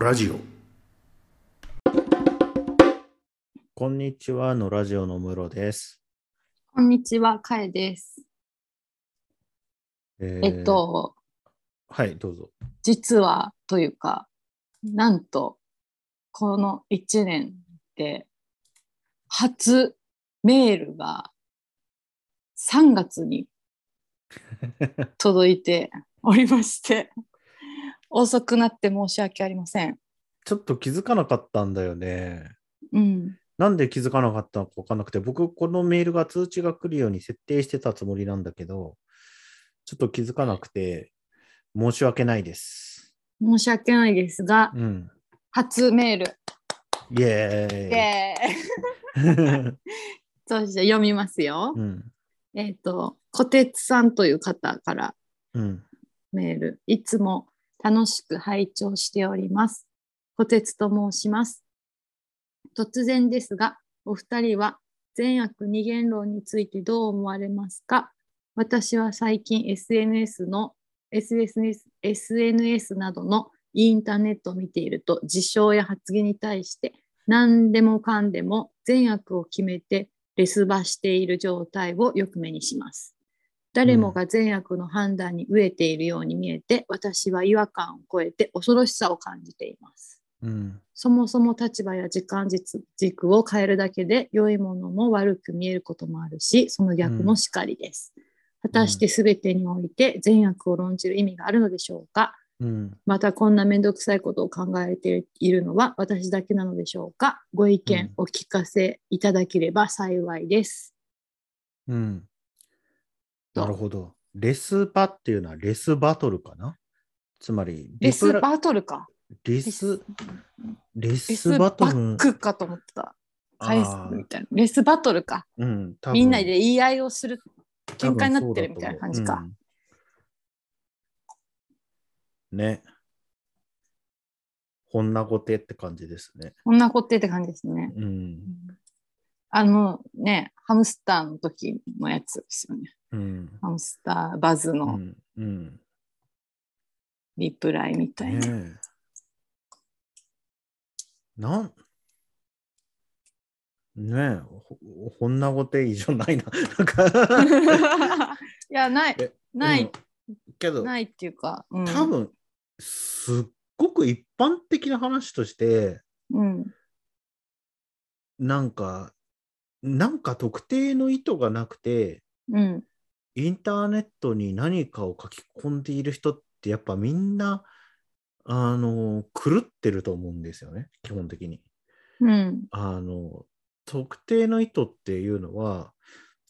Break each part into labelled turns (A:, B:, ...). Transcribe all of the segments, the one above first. A: ラジオ。
B: こんにちはのラジオの室です。
C: こんにちは、かえです。
B: えー
C: えっ。と、
B: はい、どうぞ。
C: 実はというか、なんと、この1年で、初メールが3月 に届いておりまして、遅くなって申し訳ありません。
B: ちょっと気づかなかったんだよね。
C: うん。
B: なんで気づかなかったのか分かんなくて、僕、このメールが通知が来るように設定してたつもりなんだけど、ちょっと気づかなくて、申し訳ないです。
C: 申し訳ないですが、
B: うん。
C: 初メール。
B: イエ
C: で、
B: ーイ。
C: そして読みます よ。
B: うん。
C: えっと、小鉄さんという方から
B: うん。
C: メール。いつも楽しく拝聴しております。小鉄と申します。突然ですが、お二人は善悪二元論についてどう思われますか私は最近 SNS の SNS, SNS などのインターネットを見ていると事象や発言に対して何でもかんでも善悪を決めてレスバしている状態をよく目にします。誰もが善悪の判断に飢えているように見えて私は違和感を超えて恐ろしさを感じています。
B: うん。
C: そもそも立場や時間軸軸を変えるだけで良いものも悪く見えることもあるし、その逆もしかりです。果たして全てにおいて善悪を論じる意味があるのでしょうか
B: うん。
C: またこんなめんどくさいことを考えているのは私だけなのでしょうかご意
B: うん
C: 見お聞かせいただければ幸いです。
B: うん。
C: と
B: なるほど。レスパっていうのはレスバトルかなつまり、
C: レス
B: リプラ
C: バトルか。
B: レ
C: レ
B: ス
C: ス、
B: レ
C: レ
B: ス
C: ス
B: バ
C: バ
B: トル
C: ッ。クかと思ってた。
B: あ
C: 返す
B: ー
C: みたいな。レスバトルか。
B: うん、多分
C: みんなで言い合いをする喧嘩になってるみたいな感じ。
B: 多
C: か。
B: 分そうだと思ううんね。こんなごてって感じですね。
C: こんなこってって感じですね。
B: うん。
C: あのね、ハムスターの時のやつですよね。
B: うん。
C: ハムスターバズ
B: う
C: の
B: ん。うん。
C: リプライみたいな。
B: ねえなんねえ、ほほんなごて以上ないな。 なんか
C: いや、ない、
B: え
C: な
B: う
C: い
B: ん、けど、
C: ないっていうか、うん、
B: 多分、すっごく一般的な話として、
C: うん、
B: なんか、なんか特定の意図がなくて、
C: うん、
B: インターネットに何かを書き込んでいる人って、やっぱみんな、あの、狂ってると思うんですよね、基本的に。
C: うん、
B: あの、特定の意図っていうのは、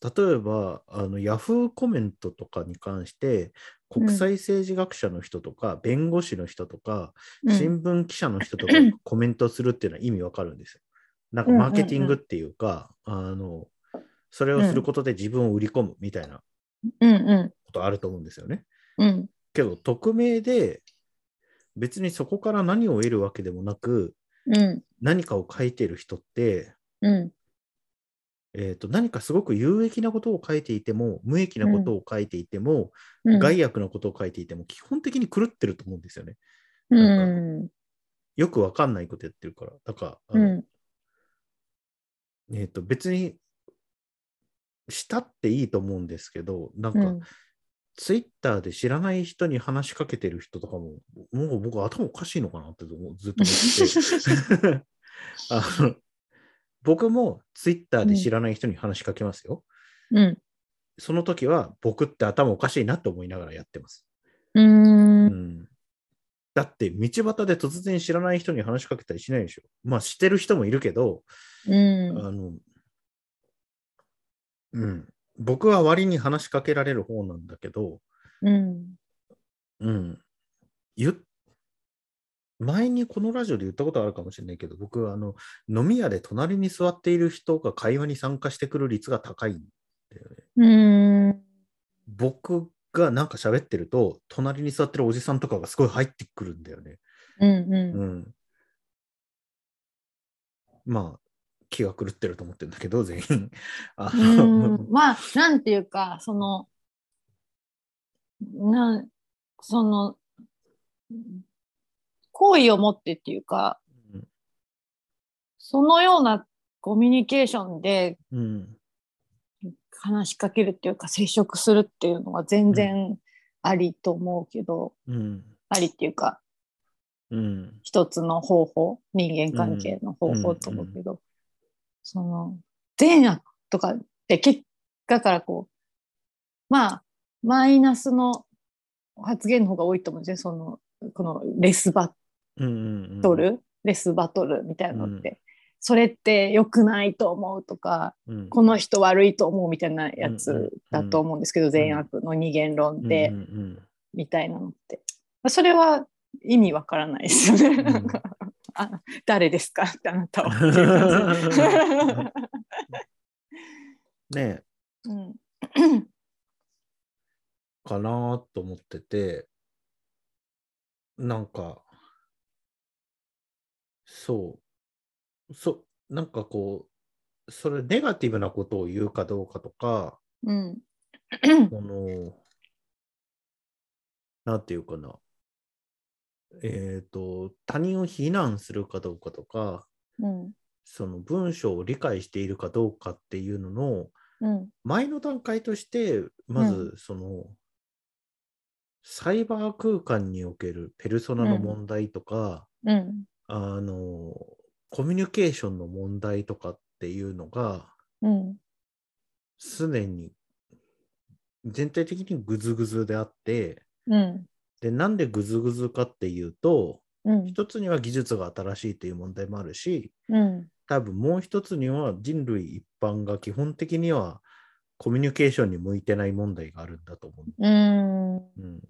B: 例えば、あの、ヤフーコメントとかに関して、国際政治学者の人とか、弁護士の人とか、
C: うん、
B: 新聞記者の人とかコメントするっていうのは意味わかるんですよ。なんか
C: うんうんう
B: マ
C: ん
B: ーケティングっていうか、あの、それをすることで自分を売り込むみたいな
C: うん、う
B: ことあると思うんですよね。
C: ん、うん、
B: けど、匿名で別にそこから何を得るわけでもなく、
C: うん、
B: 何かを書いてる人って、
C: うん、
B: えー、と何かすごく有益なことを書いていても、無益なことを書いていても、
C: うん、
B: 害悪なことを書いていても、基本的に狂ってると思うんですよね。
C: うん、
B: よくわかんないことやってるから。だから、あ
C: う
B: の
C: ん、
B: えっ、と、別に、したっていいと思うんですけど、なんか、
C: うん、
B: ツイッターで知らない人に話しかけてる人とかも、もう僕、頭おかしいのかなってずっと思って てあの僕もツイッターで知らない人に話しかけますよ。
C: うん、
B: その時は、僕って頭おかしいなって思いながらやってます。
C: うん、う、
B: うんん、だって、道端で突然知らない人に話しかけたりしないでしょ。まあ、知ってる人もいるけど、
C: うん、
B: あの、うん。僕は割に話しかけられる方なんだけど、
C: うん、
B: うん。言っ前にこのラジオで言ったことあるかもしれないけど、僕はあの飲み屋で隣に座っている人が会話に参加してくる率が高いんだよね。
C: うん、
B: 僕がなんか喋ってると、隣に座ってるおじさんとかがすごい入ってくるんだよね。
C: うん、
B: うん。まあ、気が狂ってると思ってるんだけど、全員。あの
C: うんまあなんていうかそのなんその好意を持ってっていうか、
B: うん
C: そのようなコミュニケーションで
B: うん。
C: 話しかけるっていうか、接触するっていうのは全然ありと思うけど、
B: うん。
C: ありっていうか、
B: うん。
C: 一つの方法、人間関係の方法と思うけど、その、善悪とかって結果からこう、まあ、マイナスの発言の方が多いと思うんですよね。その、このレスバ
B: うんうん。
C: トル、レスバトルみたいなのって、それって良くないと思うとか、
B: うん。
C: この人悪いと思うみたいなやつだと思うんですけど、善悪の二元論で、
B: うんうん
C: みたいなのって。まあそれは意味わからないですよね。
B: うん
C: なんかあ誰ですかってあなたはっていう感
B: うんね
C: じ。うん
B: え、かなーと思ってて、なんか、そう、そ、なんかこう、それ、ネガティブなことを言うかどうかとか、
C: うん
B: この、なんていうかな、えっ、と、他人を非難するかどうかとか、
C: うん
B: その文章を理解しているかどうかっていうのの
C: うん
B: 前の段階としてまずその、サイバー空間におけるペルソナの問題とか、
C: うん
B: あのコミュニケーションの問題とかっていうのが
C: うん
B: 常に全体的にグズグズであって
C: うん
B: でなんでグズグズかっていうと
C: うん
B: 一つには技術が新しいという問題もあるし、
C: うん
B: 多分もう一つには人類一般が基本的にはコミュニケーションに向いてない問題があるんだと思
C: うん
B: う。うん、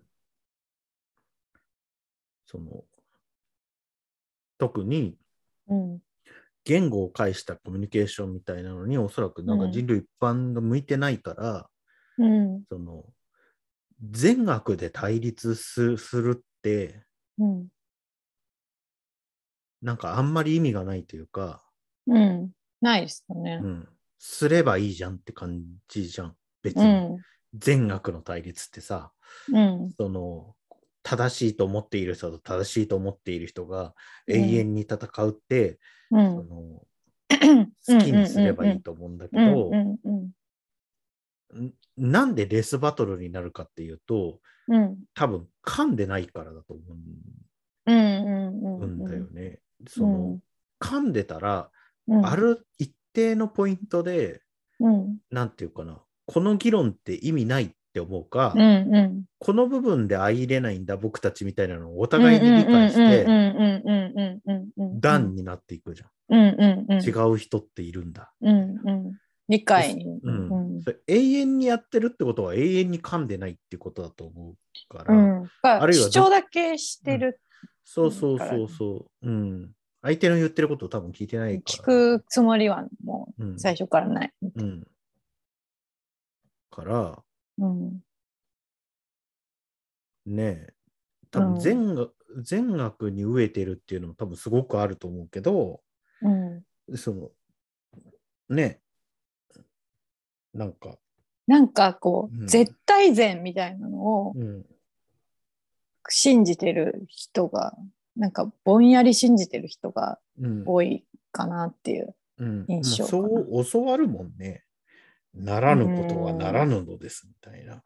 B: その特に
C: うん
B: 言語を介したコミュニケーションみたいなのにおそらくなんか人類一般が向いてないから、
C: うん
B: その善悪で対立すするって
C: うん
B: なんかあんまり意味がないというか、
C: うんないですよね
B: う。ん、すればいいじゃんって感じじゃん別
C: う
B: に。
C: ん
B: 善悪の対立ってさ
C: うん
B: その正しいと思っている人と正しいと思っている人が
C: うん
B: 永遠に戦うって、
C: う
B: その
C: んうん
B: 好きにすればいいと思うんだけ
C: うん
B: ど、
C: うんうん
B: んなんでレスバトルになるかっていうと
C: うん
B: 多分噛んでないからだと思
C: うんうん
B: う
C: うんん
B: だよね。その噛んでたら、
C: うん
B: ある一定のポイントで
C: うん
B: なんていうかなこの議論って意味ないって思うか、
C: うんうん
B: この部分で相入れないんだ僕たちみたいなのをお互いに理解して。段になっていくじゃん。違う人っているんだ。
C: 理解
B: うんそれ永遠にやってるってことは永遠に噛んでないってことだと思うから、
C: 主張だけしてる、
B: そうそうそうそう、うん。相手の言ってることを多分聞いてないか
C: 聞
B: ら。
C: くつもりはも
B: う、
C: うん最初からない。
B: うん。から、
C: うん
B: ねえ、多分善が、善悪に飢えてるっていうのも多分すごくあると思うけど、
C: うん、
B: その、ねえ、なんか、
C: なんかこう、
B: うん
C: 絶対善みたいなのを
B: うん、
C: 信じてる人がなんかぼんやり信じてる人が
B: うん。
C: 多いかなっていう。
B: うん、
C: 印象
B: まあそう教わるもんね。ならぬことはならぬのですみたいな。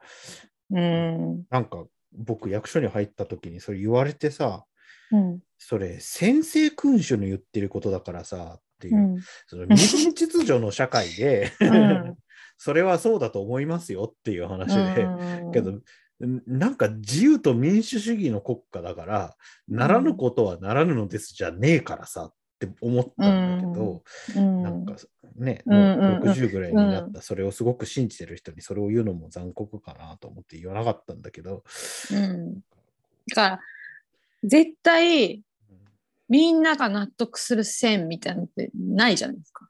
C: うん
B: なんか僕役所に入った時にそれ言われてさ、
C: うん
B: それ先生君主の言ってることだからさっていうう、
C: ん
B: その日本秩序の社会で、
C: ん
B: それはそうだと思いますよっていう話で、
C: うん
B: けどんなんか自由と民主主義の国家だから、ならぬことはならぬのですじゃねえからさって思ったんだけど、
C: うん
B: なんかね、
C: うんうん
B: も
C: うん
B: う60ぐらいになった、それをすごく信じてる人にそれを言うのも残酷かなと思って言わなかったんだけど、
C: うんだから絶対みんなが納得する線みたいなのってないじゃないですか。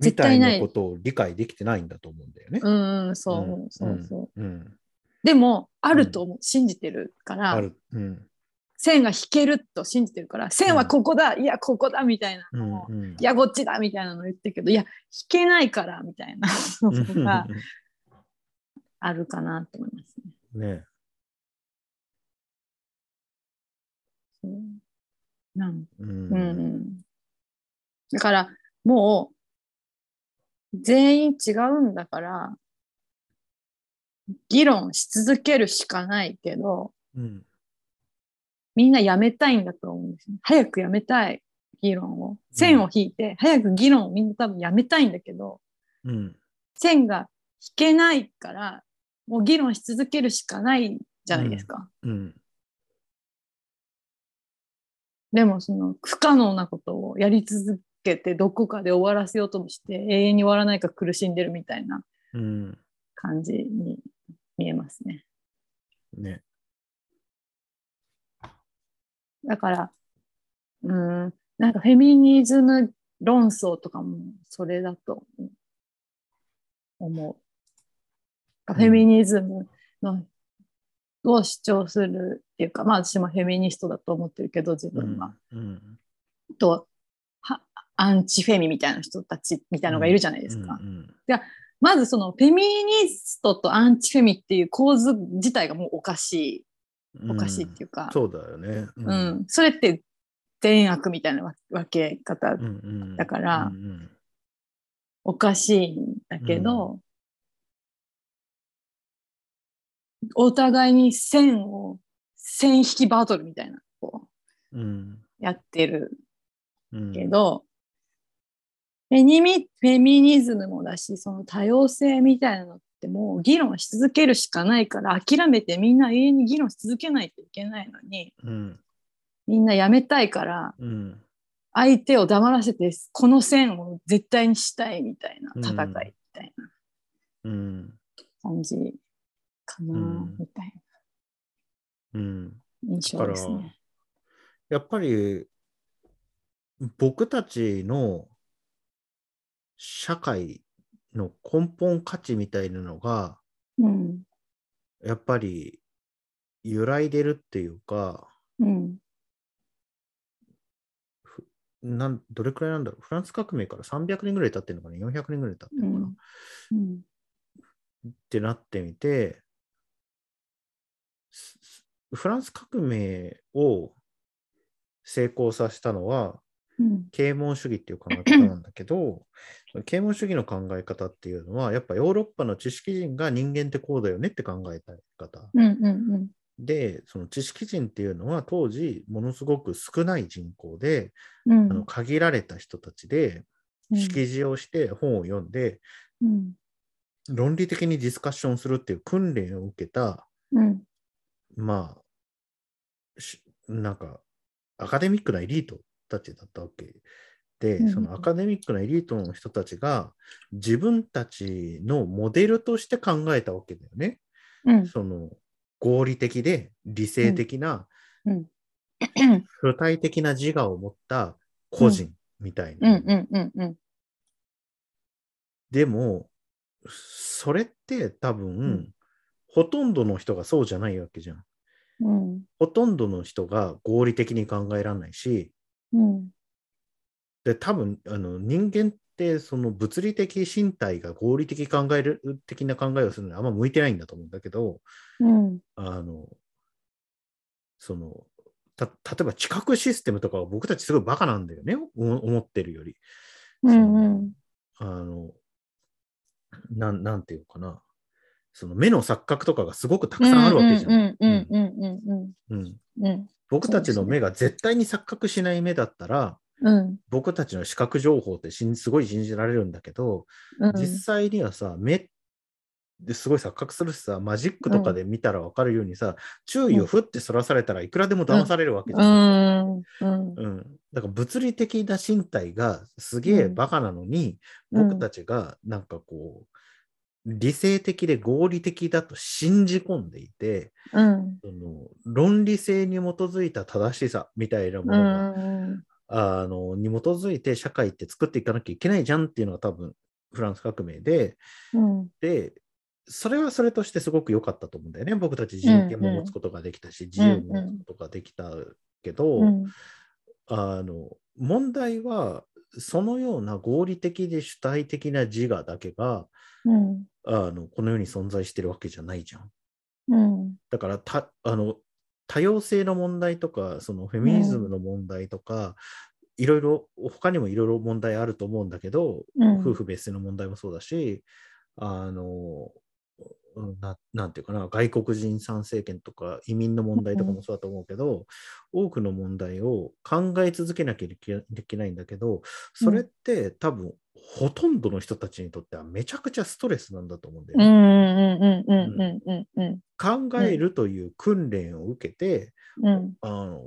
B: み
C: 絶
B: た
C: 対
B: い
C: ない
B: なことを理解できてないんだと思うんだよね。
C: うん、そう、
B: うん
C: そうそう。
B: うん、
C: でも、あると思う、信じてるから、
B: ある。うん。
C: 線が引けると信じてるから、線はここだ、いや、ここだみたいな
B: う
C: の
B: ん
C: を、
B: うん
C: いや、こっちだみたいなの言ってるけど、いや、引けないからみたいなのがあるかなと思いますね。
B: ね
C: うんなん
B: う。
C: うんんだからもう全員違うんだから議論し続けるしかないけど
B: うん。
C: みんなやめたいんだと思うんですよ。早くやめたい議論を。線を引いて、早く議論をみんな多分やめたいんだけど
B: うん。
C: 線が引けないからもう議論し続けるしかないじゃないですか。
B: うん。
C: でもその不可能なことをやり続けてどこかで終わらせようともして永遠に終わらないから苦しんでるみたいな
B: うん。
C: 感じに見えますね。
B: ね。
C: だから、うん、なんかフェミニズム論争とかもそれだと思う。
B: ん
C: フェミニズムのを主張するっていうか、まあ私もフェミニストだと思ってるけど、自
B: うん
C: 分は。。
B: うん。
C: とはアンチフェミみたいな人たちみたいなのがいるじゃないですか。
B: うん
C: まずそのフェミニストとアンチフェミっていう構図自体がもうおかし
B: う
C: い、
B: ん
C: おかしいっていうか、
B: そうだよね。う
C: うん。それって善悪みたいなわ分け方、
B: うんうん
C: だから
B: うん
C: おかしいんだけど、お互いに線を、線引きバトルみたいな、こ
B: うんうん
C: う、やってる
B: うん
C: けど、フェニミフェミニズムもだしその多様性みたいなのってもう議論し続けるしかないから諦めてみんな永遠に議論し続けないといけないのに
B: うん
C: みんなやめたいから
B: うん
C: 相手を黙らせてこの線を絶対にしたいみたいな
B: うん
C: 戦いみたいな
B: うん
C: 感じかな、
B: うん
C: みたい
B: うん
C: な印
B: だ
C: 象
B: か
C: で
B: ら
C: すね。
B: やっぱり僕たちの社会の根本価値みたいなのが
C: うん
B: やっぱり揺らいでるっていうか
C: うん
B: なんどれくらいなんだろうフランス革命から300年ぐらい経ってるのかな400年ぐらい経ってるのかな、
C: うんうん
B: ってなってみてすすフランス革命を成功させたのは
C: うん
B: 啓蒙主義っていう考え方なんだけど 啓蒙主義の考え方っていうのはやっぱヨーロッパの知識人が人間ってこうだよねって考えた方
C: うんうん
B: でその知識人っていうのは当時ものすごく少ない人口で、
C: うん
B: あの限られた人たちで
C: うん
B: 識字をして本を読んで
C: うん
B: 論理的にディスカッションするっていう訓練を受けた
C: うん
B: まあ、しなんか、アカデミックなエリートたちだったわけで、
C: うん
B: そのアカデミックなエリートの人たちが、自分たちのモデルとして考えたわけだよね。
C: うん
B: その、合理的で理性的な、
C: うん
B: 主体的な自我を持った個人みたい
C: うん
B: な。
C: うんうんうん
B: でも、それって多分、
C: ん
B: ほとんどの人がそうじゃないわけじゃん。
C: うん
B: ほとんどの人が合理的に考えられないし、
C: うん
B: で多分あの人間ってその物理的身体が合理的考える的な考えをするのにあんま向いてないんだと思うんだけど
C: うん
B: あのそのた例えば知覚システムとかは僕たちすごいバカなんだよねお思ってるより
C: うん
B: あのなんなんていうかなその目の錯覚とかがすごくたくさんあるわけじゃん。
C: うんうんうんうん
B: うん
C: うんうん
B: 僕たちの目が絶対に錯覚しない目だったら
C: うん
B: 僕たちの視覚情報って信じすごい信じられるんだけど、
C: うん
B: 実際にはさ目ですごい錯覚するしさマジックとかで見たら分かるようにさ、注意をふってそらされたらいくらでも騙されるわけじ
C: う
B: ゃん。
C: んうん
B: うんだから物理的な身体がすげえ
C: うん
B: バカなのに、
C: うん
B: 僕たちがなんかこう理性的で合理的だと信じ込んでいて
C: うん
B: その論理性に基づいた正しさみたいなも
C: う
B: のが
C: ん
B: あのに基づいて社会って作っていかなきゃいけないじゃんっていうのが多分フランス革命で
C: うん
B: でそれはそれとしてすごく良かったと思うんだよね僕たち人権も持つことができたし、自由も持つことができたけど、
C: うん
B: あの問題はそのような合理的で主体的な自我だけが
C: うん
B: あのこの世に存在してるわけじゃないじゃん。
C: うん
B: だからたあの多様性の問題とか、そのフェミニズムの問題とか、いろいろ、他にもいろいろ問題あると思うんだけど、
C: うん
B: 夫婦別姓の問題もそうだし、あの、ななんていうかな、外国人参政権とか移民の問題とかもそうだと思うけど、多くの問題を考え続けなきゃいけいけないんだけど、それって多分、ほとんどの人たちにとってはめちゃくちゃストレスなんだと思うんだよ
C: うん
B: ね。
C: うんうんうんうんうんうん
B: 考えるという訓練を受けて、
C: うん
B: あの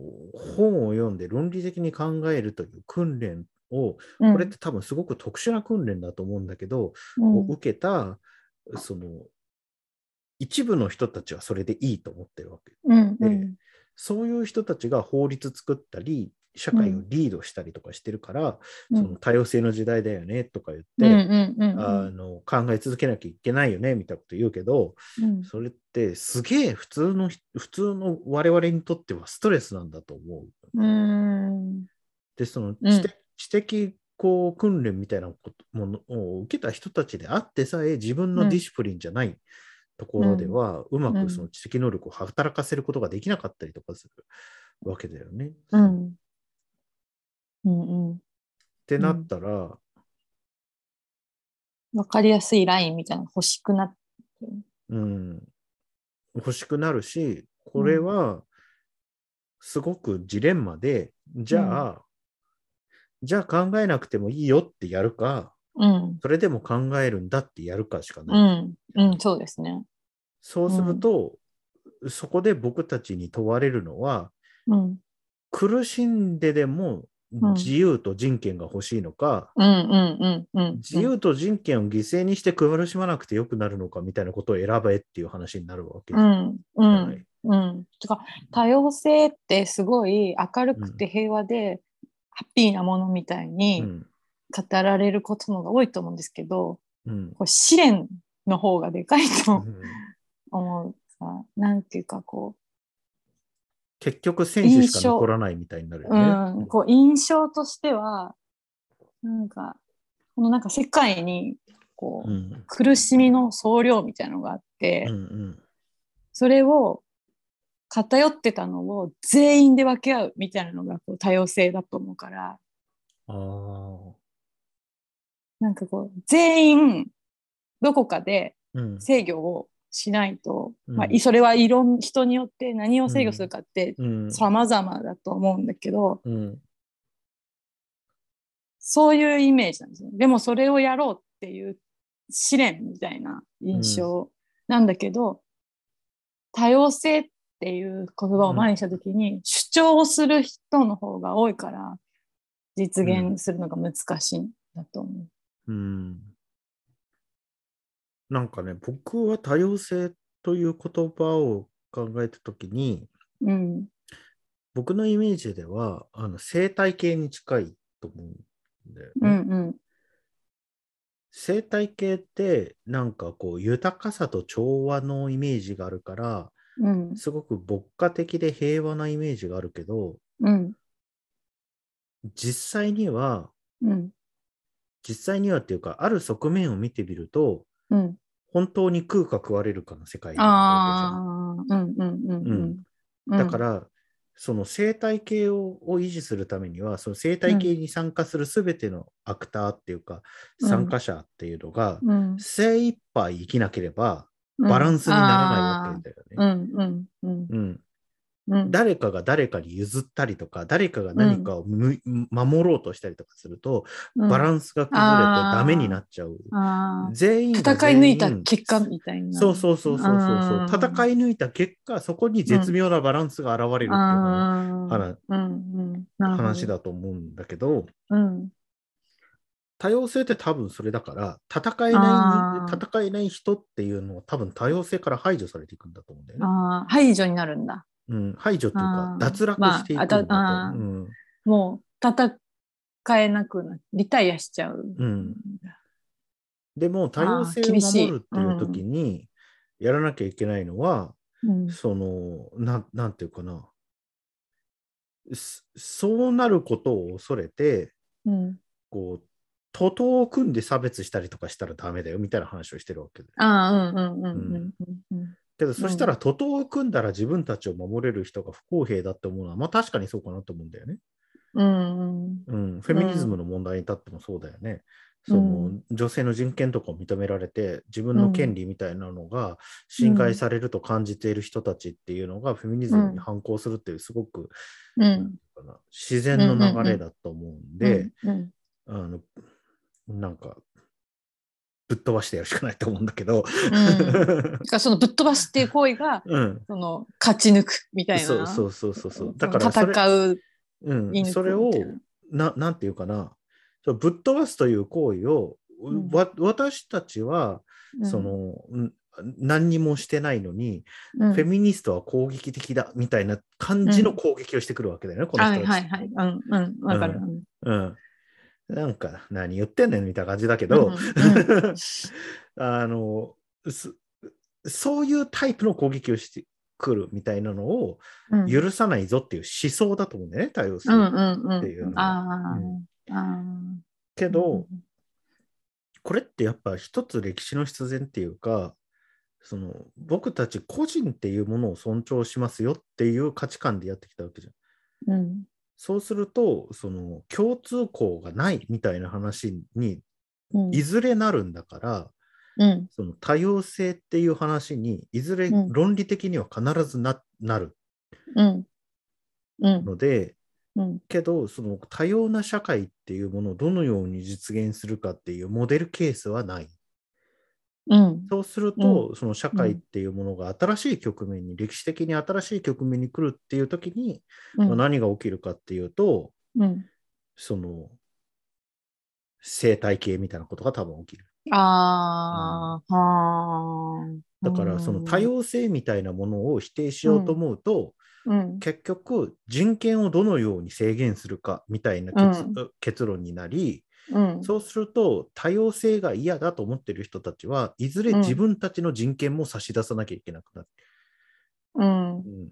B: 本を読んで論理的に考えるという訓練を
C: うん
B: これって多分すごく特殊な訓練だと思うんだけど、
C: うん
B: を受けたその一部の人たちはそれでいいと思ってるわけ
C: うん
B: で
C: うん
B: そういう人たちが法律作ったり社会をリードしたりとかしてるから、その多様性の時代だよねとか言って、
C: うんうんうん
B: あの考え続けなきゃいけないよねみたいなこと言うけど、
C: うん
B: それってすげえ普通のひ普通の我々にとってはストレスなんだと思う。
C: うん
B: でその知
C: うん
B: 的,、知的こう訓練みたいなことものを受けた人たちであってさえ自分
C: う
B: の
C: ん
B: ディシプリンじゃないところでは、うまくその知的能力を働かせることができなかったりとかするわけだよね。
C: う
B: っ
C: んうんうん
B: てなったら、
C: わかりやすいラインみたいなの欲しくなっ
B: うん、欲しくなるしこれはすごくジレンマで、じゃあ、じゃあ考えなくてもいいよってやるか
C: うん
B: それでも考えるんだってやるかしか
C: う
B: ない、
C: んうんそうですね
B: そうすると、そこで僕たちに問われるのは
C: うん
B: 苦しんででも
C: うん
B: 自由と人権が欲しいのか、
C: うんうんうんうん
B: 自由と人権を犠牲にして苦しまなくてよくなるのかみたいなことを選べっていう話になるわけ
C: う
B: じゃ
C: んう
B: なんい。
C: うん、てか多様性ってすごい明るくて平和で、ハッピーなものみたいうに
B: ん
C: 語られることの方が多いと思うんですけど、
B: うん
C: これ試練の方がでかいと
B: うん
C: 思うさなんていうかこ
B: 結局選手しか残らないみたいになるよ
C: う,、
B: ね。
C: うん、こう印象としてはなんかこのなんか世界にこう、
B: うん
C: 苦しみの総量みたいなのがあって、
B: うんうん
C: それを偏ってたのを全員で分け合うみたいなのがこう多様性だと思うから
B: あー
C: なんかこう全員どこかで
B: うん
C: 制御をしないと、
B: うん
C: まあ、いそれはいろん人によって何を制御するかって
B: うん
C: 様々だと思うんだけど、
B: うん
C: そういうイメージなんですよ。でもそれをやろうっていう試練みたいな印象なんだけど、多様性っていう言葉を前にした時に、主張をする人の方が多いから実現するのが難しいんだと思う。
B: うんなんかね僕は多様性という言葉を考えた時に
C: うん、
B: 僕のイメージではあの生態系に近いと思うんだよね。
C: うん、うん、
B: 生態系ってなんかこう豊かさと調和のイメージがあるから
C: うん、
B: すごく牧歌的で平和なイメージがあるけど
C: うん、
B: 実際には
C: うん、
B: 実際にはっていうかある側面を見てみると
C: うん。
B: 本当に食うか食われるかの世界なわ
C: ああ、うん、うん、うん、う
B: け
C: ん。
B: じゃんだか、らその生態系をを維持するためにはその生態系に参加する全てのアクターっていうか、
C: うん
B: 参加者っていうのが
C: うん、
B: 精一杯生きなければバランスにならないわけだよね。
C: け。うん、うん、
B: うん、
C: うん、
B: 誰かが誰かに譲ったりとか誰かが何かをむ、守ろうとしたりとかするとバ
C: ン
B: ランスが崩れて
C: あー
B: ダメになっちゃう。
C: ス。ああ。
B: 全員が
C: 戦い
B: 全
C: 抜
B: 員
C: いた結果みたいな。
B: そうそうそうそうそうそう
C: うん
B: 戦い抜いた結果そこに絶妙なバランスが現れるっていうのが
C: あー
B: 話
C: うんうんなるほど
B: 話だと思うんだけど
C: うん
B: 多様性って多分それだから戦え
C: あ
B: ない
C: ー
B: 戦えない人っていうのは多分多様性から排除されていくんだと思うんだよね。
C: あー排除になるんだ。
B: うん、排除っていうか
C: あー
B: 脱落していくんだと、
C: まああだあー
B: うん
C: もう戦えなくなリタイアしちゃう。
B: うん、でも多様性
C: あー
B: を
C: 厳しい
B: 守るっていう時にやらなきゃいけないのは、
C: うん
B: そのななんていうかなすそうなることを恐れて
C: うん
B: こう徒党を組んで差別したりとかしたらダメだよみたいな話をしてるわけで
C: ああうんうんうんうんうん
B: けど、そしたら、徒党を組んだら自分たちを守れる人が不公平だって思うのは、まあ確かにそうかなと思うんだよね。
C: うんうん
B: うん、フェミニズムの問題に立ってもそうだよね。
C: う
B: そ
C: ん
B: うの女性の人権とかを認められて自分の権利みたいなのが侵害されると感じている人たちっていうのがフェミニズムに反抗するっていうすごく、
C: うん
B: なんかな自然の流れだと思うんで、
C: うん
B: あのなんかぶっ飛ばしてやるしかないと思うんだけど、
C: うんだからそのぶっ飛ばすっていう行為が
B: うん、
C: その勝ち抜くみたいな
B: そうそうそうそうそうだ
C: だ
B: か
C: から
B: それ
C: 戦う
B: うん、
C: 犬
B: それ
C: くん
B: を
C: みたいな
B: ななんていうかなそうぶっ飛ばすという行為を、
C: うん
B: わ私たちは、そのうん何にもしてないのに、
C: うん
B: フェミニストは攻撃的だみたいな感じの攻撃をしてくるわけだよね、この
C: は
B: 人
C: い
B: たち。
C: はいはいうんうんわかる
B: うん、なんか何言ってんねんみたいな感じだけ
C: うん
B: ど、
C: うん
B: あのそそういうタイプの攻撃をしてくるみたいなのを
C: うん
B: 許さないぞっていう思想だと思うんだよね対応す
C: う
B: る。
C: んうん
B: っていう
C: う
B: の
C: ん
B: は
C: あーあー
B: けど、これってやっぱ一つ歴史の必然っていうかその僕たち個人っていうものを尊重しますよっていう価値観でやってきたわけじゃん。
C: うん
B: そうするとその共通項がないみたいな話に
C: うん
B: いずれなるんだから、
C: うん
B: その多様性っていう話にいずれ
C: うん
B: 論理的には必ずな,、なる
C: うんうん
B: ので
C: うん
B: けどその多様な社会っていうものをどのように実現するかっていうモデルケースはない。
C: うん
B: そうすると、その社会っていうものが新しい局面に、歴史的に新しい局面に来るっていう時に、まあ何が起きるかっていうと
C: うん
B: その生態系みたいなことが多分起きる
C: ああ、はあ。
B: だからその多様性みたいなものを否定しようと思うと、
C: うん、
B: 結局人権をどのように制限するかみたいな結,、
C: う
B: 結論になり
C: うん、
B: そうすると多様性が嫌だと思ってる人たちはいずれ
C: うん
B: 自分たちの人権も差し出さなきゃいけなくなる。
C: うん、
B: うん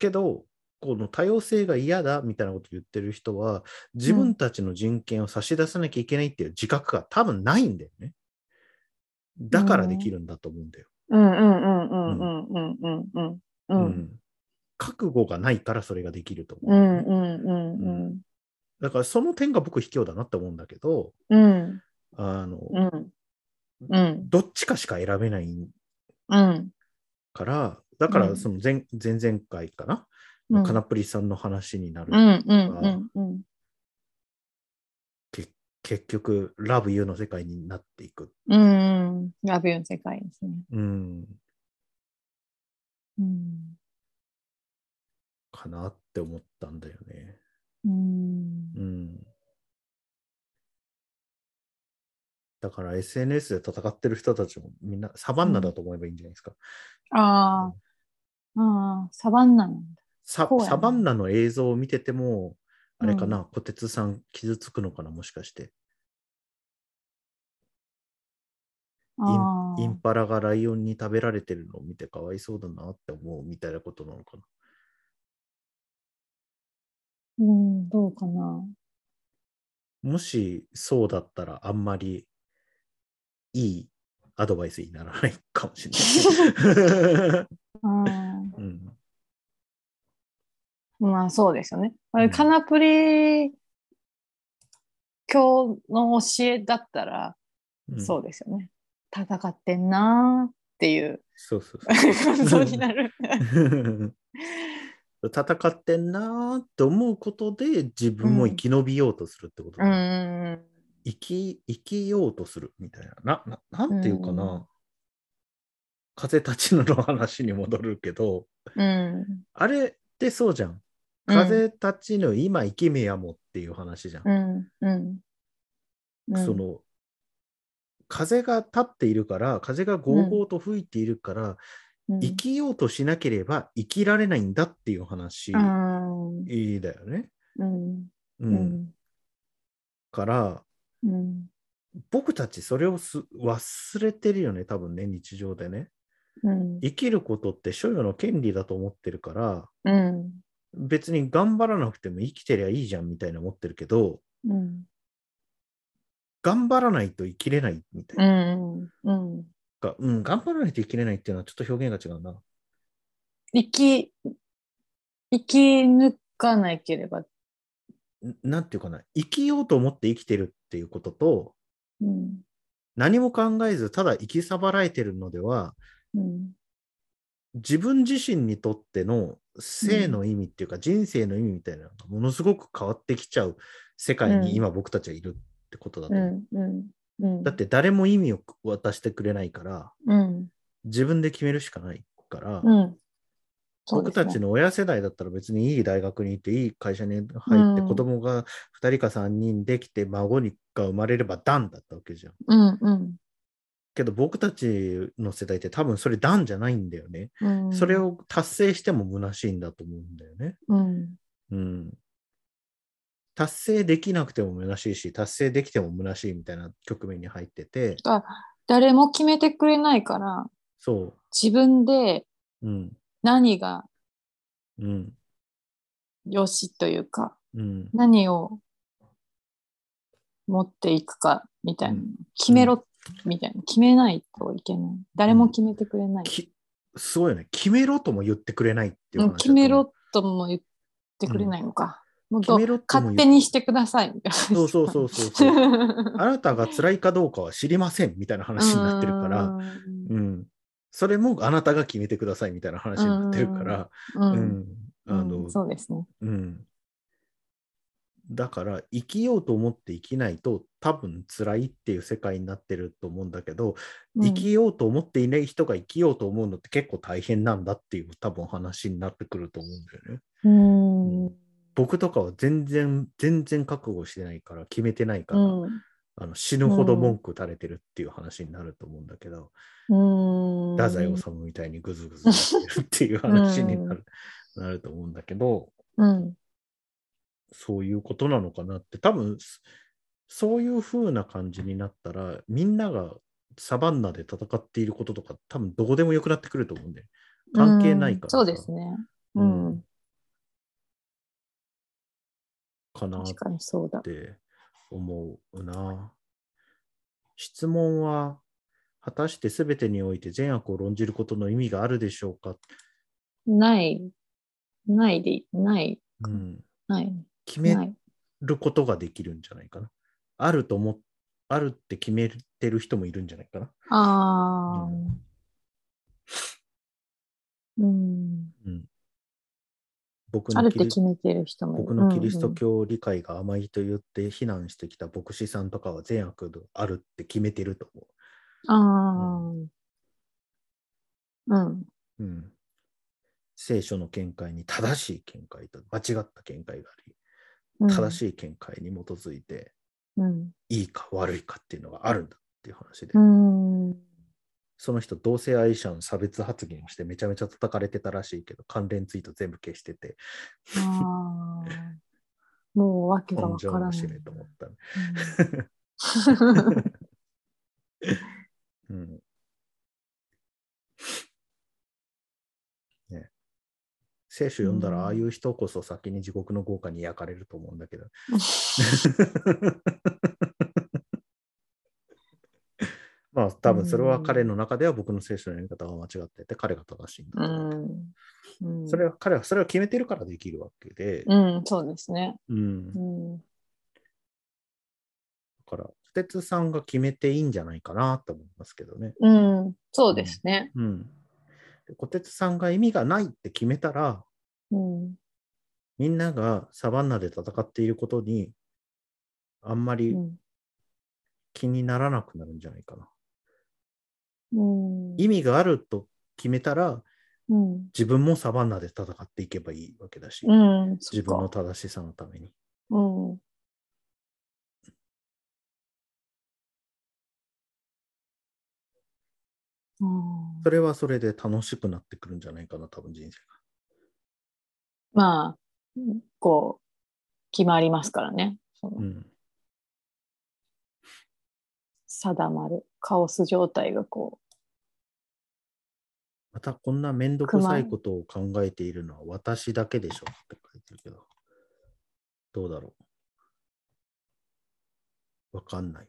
B: けどこの多様性が嫌だみたいなこと言ってる人は自分たちの人権を差し出さなきゃいけないっていう自覚が多分ないんだよね。だからできるんだと思うんだよ。
C: うん、うん、うん、うん、うん、うん、うん、う、
B: うん覚悟がないからそれができると思う
C: うん
B: だよ
C: ん
B: ね、、
C: うん、
B: だからその点が僕卑怯だなって思うんだけど
C: うん、
B: あの、
C: うん、うん、
B: どっちかしか選べない
C: うん、
B: からだからその前,、前々回かな、
C: うん、
B: カナプリさんの話になる、
C: うん、うん、うん、
B: け結局ラブユーの世界になっていく。
C: うん、ラビューの世界ですね。
B: うん
C: うん、
B: かなって思ったんだよね。
C: うん、
B: うん。だから SNS で戦ってる人たちもみんなサバンナだと思えばいいんじゃないですか。
C: ああ、ああ、サバンナなんだ。
B: サ
C: そうやね
B: サバンナの映像を見てても、あれかな、小鉄さん傷つくのかな、もしかして。
C: あ
B: インパラがライオンに食べられてるのを見てかわいそうだなって思うみたいなことなのかな。
C: うん、どうかな。
B: もしそうだったらあんまりいいアドバイスにならないかもしれない。
C: ああ。
B: うん
C: まあそうですよね。こ
B: うん
C: れカナプリ教の教えだったら、
B: うん
C: そうですよね。戦ってんなーって いう
B: そうそう
C: 感
B: そ
C: 想
B: う。
C: にな る。
B: 戦ってんなーって思うことで自分も生き延びようとするってこと
C: う
B: だ
C: ん
B: ね、
C: うん
B: 生き生きようとするみたいななななんていうかな、
C: うん
B: 風立ちぬの話に戻るけど
C: うん
B: あれってそうじゃん
C: うん
B: 風立ちぬ今生きめやもっていう話じゃん、
C: うんうんうん
B: その風が立っているから風がゴーゴーと吹いているから、
C: うん
B: 生きようとしなければ生きられないんだっていう話、
C: うん
B: いいだよね。
C: うん
B: う
C: うんん
B: から
C: うん
B: 僕たちそれをす忘れてるよね多分ね日常でね。
C: うん
B: 生きることって所有の権利だと思ってるから
C: うん
B: 別に頑張らなくても生きてりゃいいじゃんみたいな思ってるけど頑張らないと生きれないみたいな。
C: うんうん
B: か、うん、頑張らないといけないっていうのはちょっと表現が違うな。
C: 生き、生き抜かなければ。
B: んなんていうかな、生きようと思って生きてるっていうことと、
C: うん。
B: 何も考えずただ生きさばらえてるのでは、
C: うん。
B: 自分自身にとっての性の意味っていうか、人生の意味みたいなのがものすごく変わってきちゃう世界
C: うん
B: に今僕たちはいるってことだと
C: う
B: 思う、
C: ん。うん。うん
B: だって誰も意味を渡してくれないから
C: うん。
B: 自分で決めるしかないから、
C: うん。そうで
B: 僕
C: すね
B: たちの親世代だったら別にいい大学に行っていい会社に入って
C: うん
B: 子供が2人か3人できて孫にが生まれれば段だったわけじゃん。
C: うんうん
B: けど僕たちの世代って多分それ段じゃないんだよね。
C: うん。
B: それを達成しても虚しいんだと思うんだよね。
C: うん。
B: うん。達成できなくても虚しいし、達成できても虚しいみたいな局面に入ってて、
C: 誰も決めてくれないから、
B: そ
C: 自分で
B: う、うん、
C: 何が
B: うん、
C: 良しというか、
B: うん、
C: 何を持っていくかみたいな、決めろみたいな、決めないといけない。誰も決めてくれない。
B: きすごいよね。決めろとも言ってくれないっていう話だと
C: うん
B: 思う。
C: 決めろとも言ってくれないのか。もっ
B: 決
C: と
B: めろとも言
C: 勝
B: う
C: 手にしてくださいみたいな。
B: そうそうそう そうそうあなたが辛いかどうかは知りませんみたいな話になってるから、
C: う
B: うん、それもあなたが決めてくださいみたいな話になってるから、
C: ん。
B: う
C: うん
B: ん、あの、
C: うんそうですね。
B: うん。だから生きようと思って生きないと多分辛いっていう世界になってると思うんだけど、
C: うん
B: 生きようと思っていない人が生きようと思うのって結構大変なんだっていう多分話になってくると思うんだよね。
C: うん。うん
B: 僕とかは全然全然覚悟してないから決めてないから、あの死ぬほど文句垂れてるっていう話になると思うんだけど、
C: うん。
B: 太宰治みたいにグズグズなってるっていう話になる,、なると思うんだけど。
C: うん。
B: そういうことなのかなって、多分そそういう風な感じになったら、みんながサバンナで戦っていることとか、多分どうでもよくなってくると思うんで、関係ないからさ
C: うんそうですね。うん。
B: うんかなっ
C: 確かにそうだ。
B: て思うな。質問は、果たして全てにおいて善悪を論じることの意味があるでしょうか、
C: ない、ないで、ない、
B: うん、
C: ない、
B: 決め
C: ない。
B: ることができるんじゃないかな。あると思っあるって決めてる人もいるんじゃないかな。
C: ああ。うん。
B: うん、僕
C: ある
B: の
C: っ
B: キ
C: て
B: リ
C: 決めてる人もいる。
B: 僕のキリスト教理解が甘いと言って非難してきた牧師さんとかは善悪があるって決めてると思
C: うんうんああ。うん。
B: う。うん、聖書の見解に正しい見解と間違った見解があり、
C: うん
B: 正しい見解に基づいて
C: うん。
B: いいか悪いかっていうのがあるんだっていう話で、
C: うん。
B: その人同性愛者の差別発言をしてめちゃめちゃ叩かれてたらしいけど関連ツイート全部消してて
C: ああ。もうわけがわ
B: 根性
C: から
B: 面
C: ない。
B: 白いと思ったね、
C: うん
B: うんね、聖書読んだ
C: うん
B: ら、ああいう人こそ先に地獄の豪華に焼かれると思うんだ けど。まあ多分それは彼の中では僕の聖書の読み方が間違ってて彼が正しいんだと思うけど、
C: うん。
B: それは彼はそれを決めてるからできるわけで、
C: うん、そうですね。
B: うん
C: う
B: だ
C: ん。
B: から小鉄さんが決めていいんじゃないかなと思いますけどね。
C: うん、そうですね。
B: うん、で小鉄さんが意味がないって決めたら
C: うん。
B: みんながサバンナで戦っていることに、あんまり
C: うん
B: 気にならなくなるんじゃないかな。
C: うん
B: 意味があると決めたら、
C: うん。
B: 自分もサバンナで戦っていけばいいわけだし、
C: うん。
B: 自分の
C: そっか
B: 正しさのために。
C: うん。あー
B: それはそれで楽しくなってくるんじゃないかな、多分人生
C: まあ、こう、決まりますからね。そ
B: が。う
C: の
B: ん。
C: 定まる、カオス状態がこ
B: またこんなめんどくさいことを考えているのは私だけでしょって書いてるけど、どうだろう。わかんない。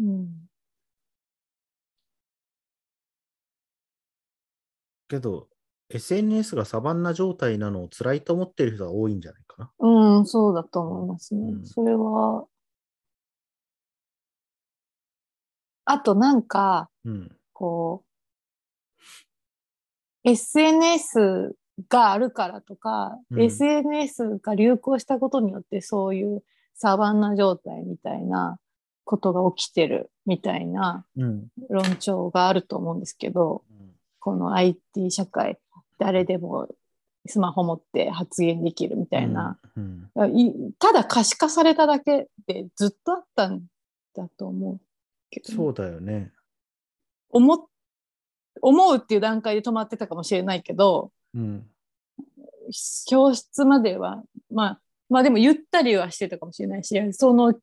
C: う、うん、
B: けど、SNS がサバンナ状態なのを辛いと思ってる人が多いんじゃないかな。
C: うん、そうだと思いますね。
B: うん
C: それは。あとなんか、
B: うん。
C: こう、SNS があるからとか、
B: うん
C: SNS が流行したことによってそういうサバンナ状態みたいなことが起きてるみたいな
B: うん。
C: 論調があると思うんですけど、この IT 社会、誰でもスマホ持って発言できるみたいな。
B: うん。
C: いただ可視化されただけでずっとあったんだと思うけどね、
B: そうだよね。
C: 思っ思うっていう段階で止まってたかもしれないけど
B: うん。
C: 教室まではまあまあでもゆったりはしてたかもしれないしその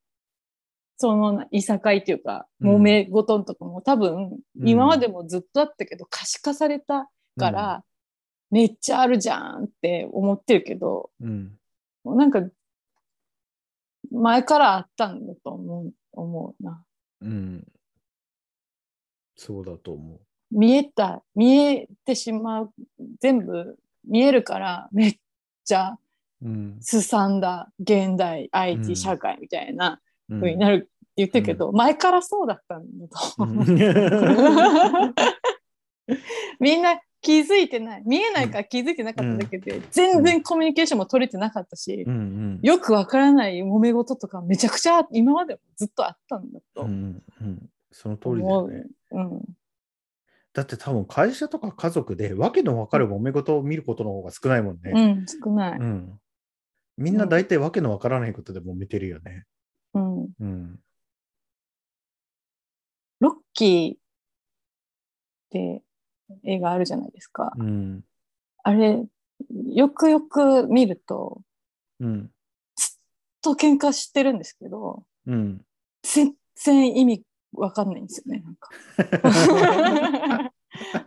C: そのいさかいというか
B: うん
C: 揉め事とかも多分
B: うん
C: 今までもずっとあったけど可視化されたから、めっちゃあるじゃんって思ってるけど
B: うん。
C: もうなんか、前からあったんだと思う思うな。
B: うん。そうだと思
C: 見えた、見えてしまう、全部見えるから、めっちゃ
B: う。うん。
C: すさんだ現
B: う
C: 代
B: ん
C: IT 社会みたいな
B: うん
C: 風になるって言ってるけど、前からそうだったんだ
B: う
C: と思う。
B: ん
C: みんな気づいてない。見えないから気づいてなかっただけで、全然コミュニケーションも取れてなかったし、
B: うん
C: よくわからない揉め事とかめちゃくちゃ今までもずっとあったんだ
B: う
C: と
B: んうんその通りだ
C: 思
B: よ
C: う。
B: ね。
C: うん、
B: だって多分会社とか家族でわけのわかる揉め事を見ることの方が少ないもん
C: う
B: ね。
C: ん、少ない。
B: うんみんな大体わけのわからないことで揉めてるよね。
C: うん、
B: うん。
C: ロッキーって映画あるじゃないですか。
B: うん。
C: あれ、よくよく見ると、
B: うん。
C: と喧嘩してるんですけど、
B: うん。
C: 全然意味わかんないんですよね、 なんか。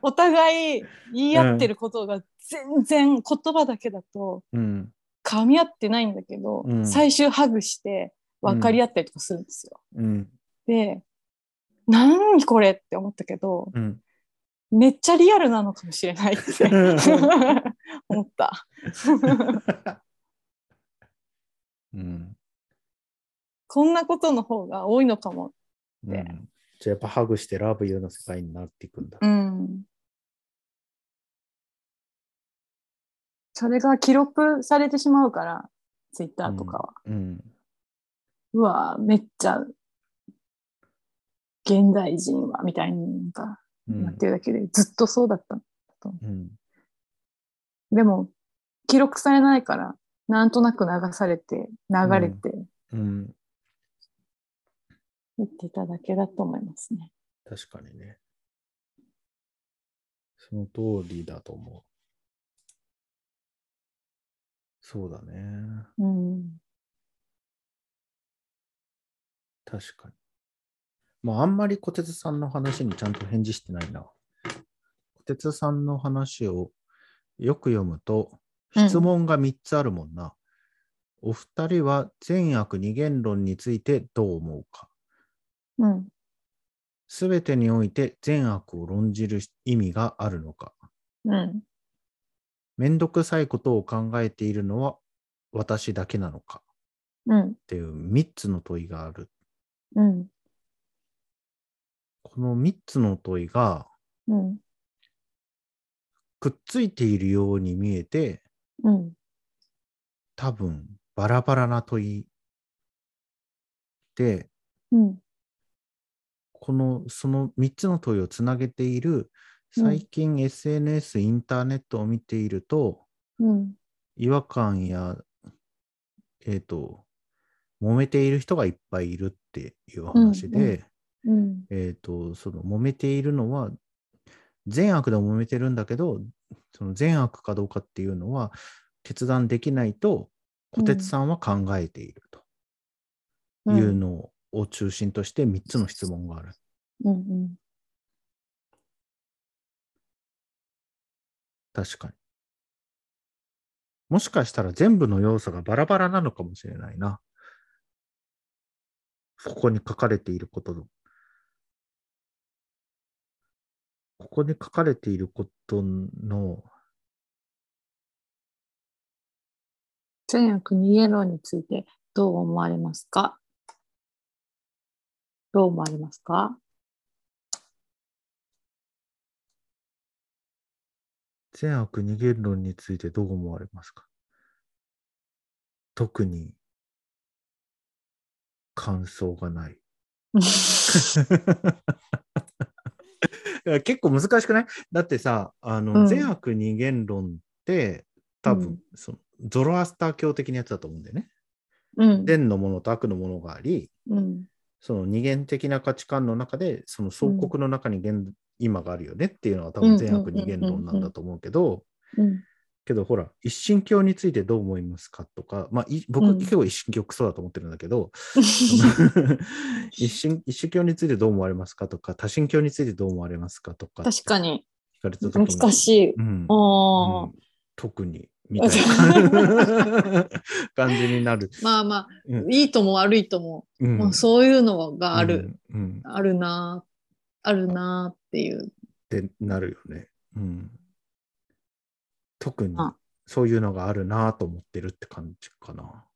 C: お互い言い合ってることが全然言葉だけだと
B: うん。
C: 噛み合ってないんだけど、
B: うん
C: 最終ハグして分かり合ったりとかするんですよ。
B: うん。
C: で、何これって思ったけど、
B: うん。
C: めっちゃリアルなのかもしれないって思った。
B: うん。
C: こんなことの方が多いのかも。
B: うんじゃあやっぱハグしてラブユーの世界になっていくんだ。
C: うん。それが記録されてしまうから、ツイッターとかは。
B: うん。
C: うわぁめっちゃ、現代人は、みたいになんか、
B: うん
C: なってるだけで、ずっとそうだった。
B: うん。
C: でも、記録されないから、なんとなく流されて、流れて、
B: うん。
C: いってただけだと思いますね。
B: 確かにね。その通りだと思う。そうだね。
C: うん。
B: 確かに。まあ、あんまり小鉄さんの話にちゃんと返事してないな。小鉄さんの話をよく読むと、
C: うん
B: 質問が3つあるもんな。お二人は善悪二元論についてどう思うか。
C: うん。
B: すべてにおいて善悪を論じる意味があるのか。
C: うん。
B: めんどくさいことを考えているのは私だけなのか。
C: うん
B: っていう3つの問いがある。
C: うん。
B: この3つの問いが
C: うん。
B: くっついているように見えて、
C: うん。
B: 多分バラバラな問いで
C: うん。
B: このその3つの問いをつなげている
C: うん
B: 最近 SNS、インターネットを見ていると
C: うん。
B: 違和感やえっ、と揉めている人がいっぱいいるっていう話で、
C: うんうんうん。
B: えっ、とその揉めているのは善悪でも揉めてるんだけどその善悪かどうかっていうのは決断できないと小鉄さんは考えていると。
C: う。
B: いうんのを中心として3つの質問がある。
C: うん。
B: 確かに。もしかしたら全部の要素がバラバラなのかもしれないな。ここに書かれていることの。ここで書かれていることの、
C: 善悪逃げろについてどう思われますかどう思われますか
B: 善悪逃げる論についてどう思われますか特に感想がない。結構難しくないだってさ、あの、
C: うん
B: 善悪二元論って多分、
C: うん
B: そのゾロアスター教的なやつだと思うんだよね。
C: うん。
B: 善のものと悪のものがあり、
C: うん。
B: その二元的な価値観の中で、その相国の中に現、今があるよねっていうのは多分善悪二元論なんだと思うけど、
C: うん。
B: けどほら、一神教についてどう思いますかとか、まあ、い僕、
C: うん
B: 結構一神教クソだと思ってるんだけ ど、一神一神教についてどう思われますかとか、多神教についてどう思われますかとか、
C: 確かに
B: 聞かれた時に
C: 難しい。
B: うん
C: おー
B: うん特にみたいな感じにな る。
C: まあまあ、
B: うん
C: いいとも悪いとも、
B: うん
C: まあ、そういうのがある、。
B: うんうん
C: あるなあるなっていう。
B: ってなるよね。うん特に
C: あ
B: そういうのがあるなと思ってるって感じかな。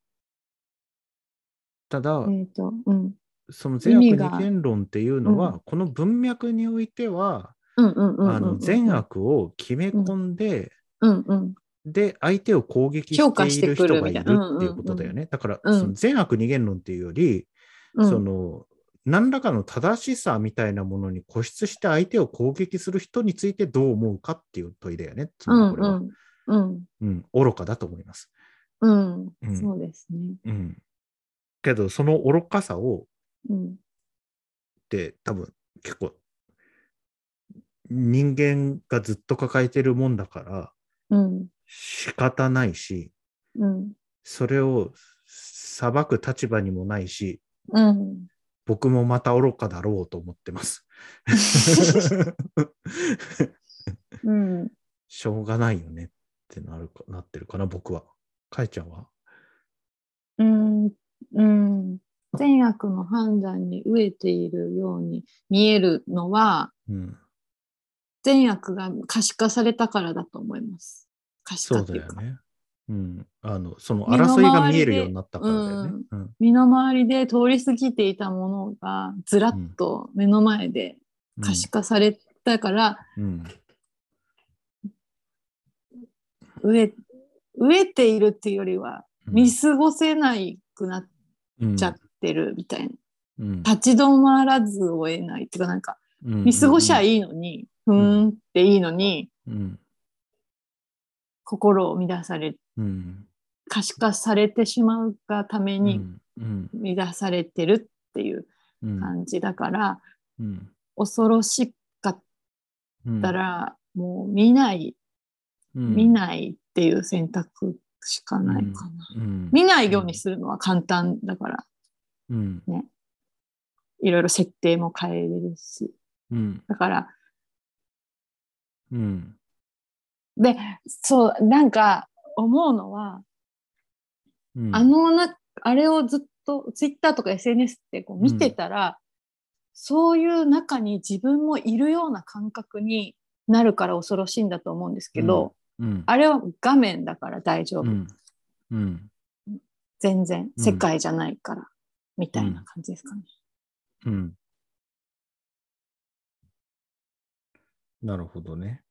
B: ただ、
C: えっ、と、うん。
B: その善悪
C: 意味が
B: 二元論っていうのは、
C: う
B: この文脈においては、
C: うんうんうんうん、うん。
B: あの善悪を決め込んで、
C: うんうん。
B: で相手を攻撃
C: 評価
B: し
C: して
B: いる
C: てく
B: 人
C: る
B: がいるっ
C: みたい
B: て
C: なうんうんうん
B: いうことだよね。だから、
C: うん
B: その善悪二元論っていうより、
C: うん
B: その何らかの正しさみたいなものに固執して相手を攻撃する人についてどう思うかっていう問いだよね。つ
C: う
B: まり
C: ん
B: これ
C: う
B: は、
C: んうん
B: うん愚かだと思います。
C: うん、
B: うん
C: そうですね。
B: うん、けどその愚かさを
C: うん、
B: って多分結構人間がずっと抱えてるもんだから
C: うん、
B: 仕方ないし
C: うん、
B: それを裁く立場にもないし
C: うん。
B: 僕もまた愚かだろうと思ってます。
C: うん、
B: しょうがないよねってなるかなってるかな僕は。かえちゃんは
C: うん、うん。善悪の判断に飢えているように見えるのは、
B: うん、
C: 善悪が可視化されたからだと思います。可視
B: そ
C: 化
B: う
C: と
B: だ
C: いう
B: よ
C: か。
B: ね。うん、あのその
C: 身の
B: 争
C: 回り
B: い
C: で
B: が見えるようになったからだよね。うん
C: 身の回りで通り過ぎていたものがずらっと目の前で可視化されたから、
B: うん
C: 飢え飢えているっていうよりは
B: うん
C: 見過ごせないくなっちゃってるみたいな、
B: うん
C: 立ち止まらずを得ないっていうかなんか
B: うん
C: 見過ごしゃいいのに、
B: ん
C: ふーんっていいのに
B: うん
C: 心を乱され
B: うん
C: 可視化されてしまうがため
B: うん
C: に
B: うん
C: 乱されてるっていう
B: うん
C: 感じだから、
B: うん
C: 恐ろしかっ
B: うん
C: たらもう見ない
B: うん
C: 見ないっていう選択しかないかな。
B: うん
C: 見ないようにするのは簡単だから、
B: うん
C: いろいろ設定も変えれるし。
B: うん
C: だから、
B: うん
C: で、そう、なんか思うのは、
B: うん
C: あのな、あれをずっと、ツイッターとか SNS ってこう見てたら、そういう中に自分もいるような感覚になるから恐ろしいんだと思うんですけど、
B: うん
C: あれは画面だから大丈夫。
B: うんうん
C: 全然、
B: うん
C: 世界じゃないから、みたいな感じですかね。
B: うんなるほどね。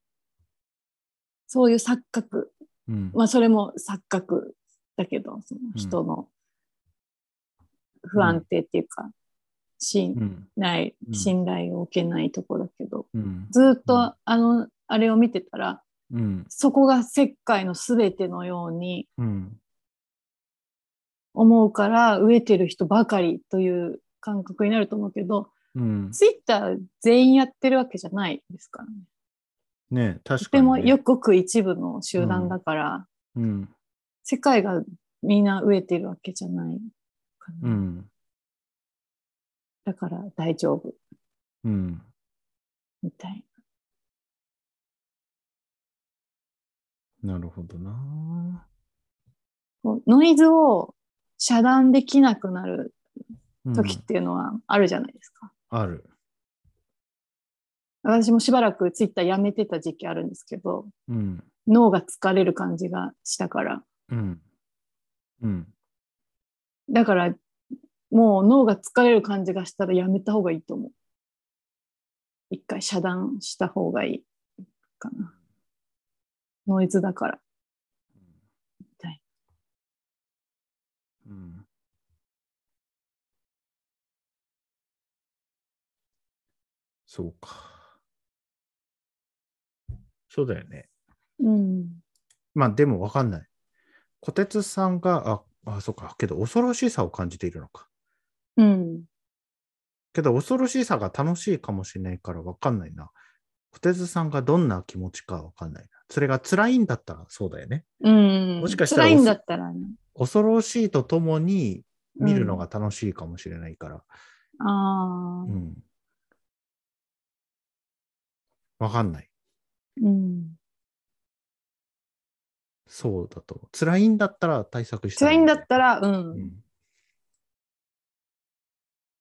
C: そういう錯覚
B: うん
C: まあそれも錯覚だけどその人の不安定っていうか、信
B: うん
C: ない
B: うん
C: 信頼を受けないとこだけど、
B: うん
C: ずーっ
B: うん
C: とあのあれを見てたら
B: うん
C: そこが世界の全てのように
B: うん
C: 思うから飢えてる人ばかりという感覚になると思うけど
B: うん
C: ツイッター全員やってるわけじゃないですからね。
B: ね確
C: と
B: か
C: て
B: に
C: も
B: ね。
C: よく一部の集団だから、
B: うん
C: 世界がみんな飢えてるわけじゃないかな。
B: うん
C: だから大丈夫
B: うん
C: みたい
B: なるほどな。
C: な。こうノイズを遮断できなくなる
B: うん
C: 時っていうのはあるじゃないですか。
B: ある。
C: 私もしばらくツイッターやめてた時期あるんですけど、
B: うん。
C: 脳が疲れる感じがしたから。
B: うん。うん。
C: だから、もう脳が疲れる感じがしたらやめた方がいいと思う。一回遮断した方がいいかな。ノイズだから。たい
B: うん。そうか。そうだよね。
C: うん。
B: まあでもわかんない。小鉄さんが、あ、あ、そうか。けど恐ろしさを感じているのか。
C: うん。
B: けど恐ろしさが楽しいかもしれないからわかんないな。小鉄さんがどんな気持ちかわかんないな。それが辛いんだったらそうだよね。
C: うん。
B: もしかしたら
C: 辛いんだったらね、
B: 恐ろしいとともに見るの
C: が。
B: が楽しいかもしれないから。
C: あ
B: う
C: あ。
B: ん。わかんない。
C: うん。
B: そうだと思う。辛いんだったら対策した
C: 辛いんだった
B: ら。
C: ら、う。
B: うんん、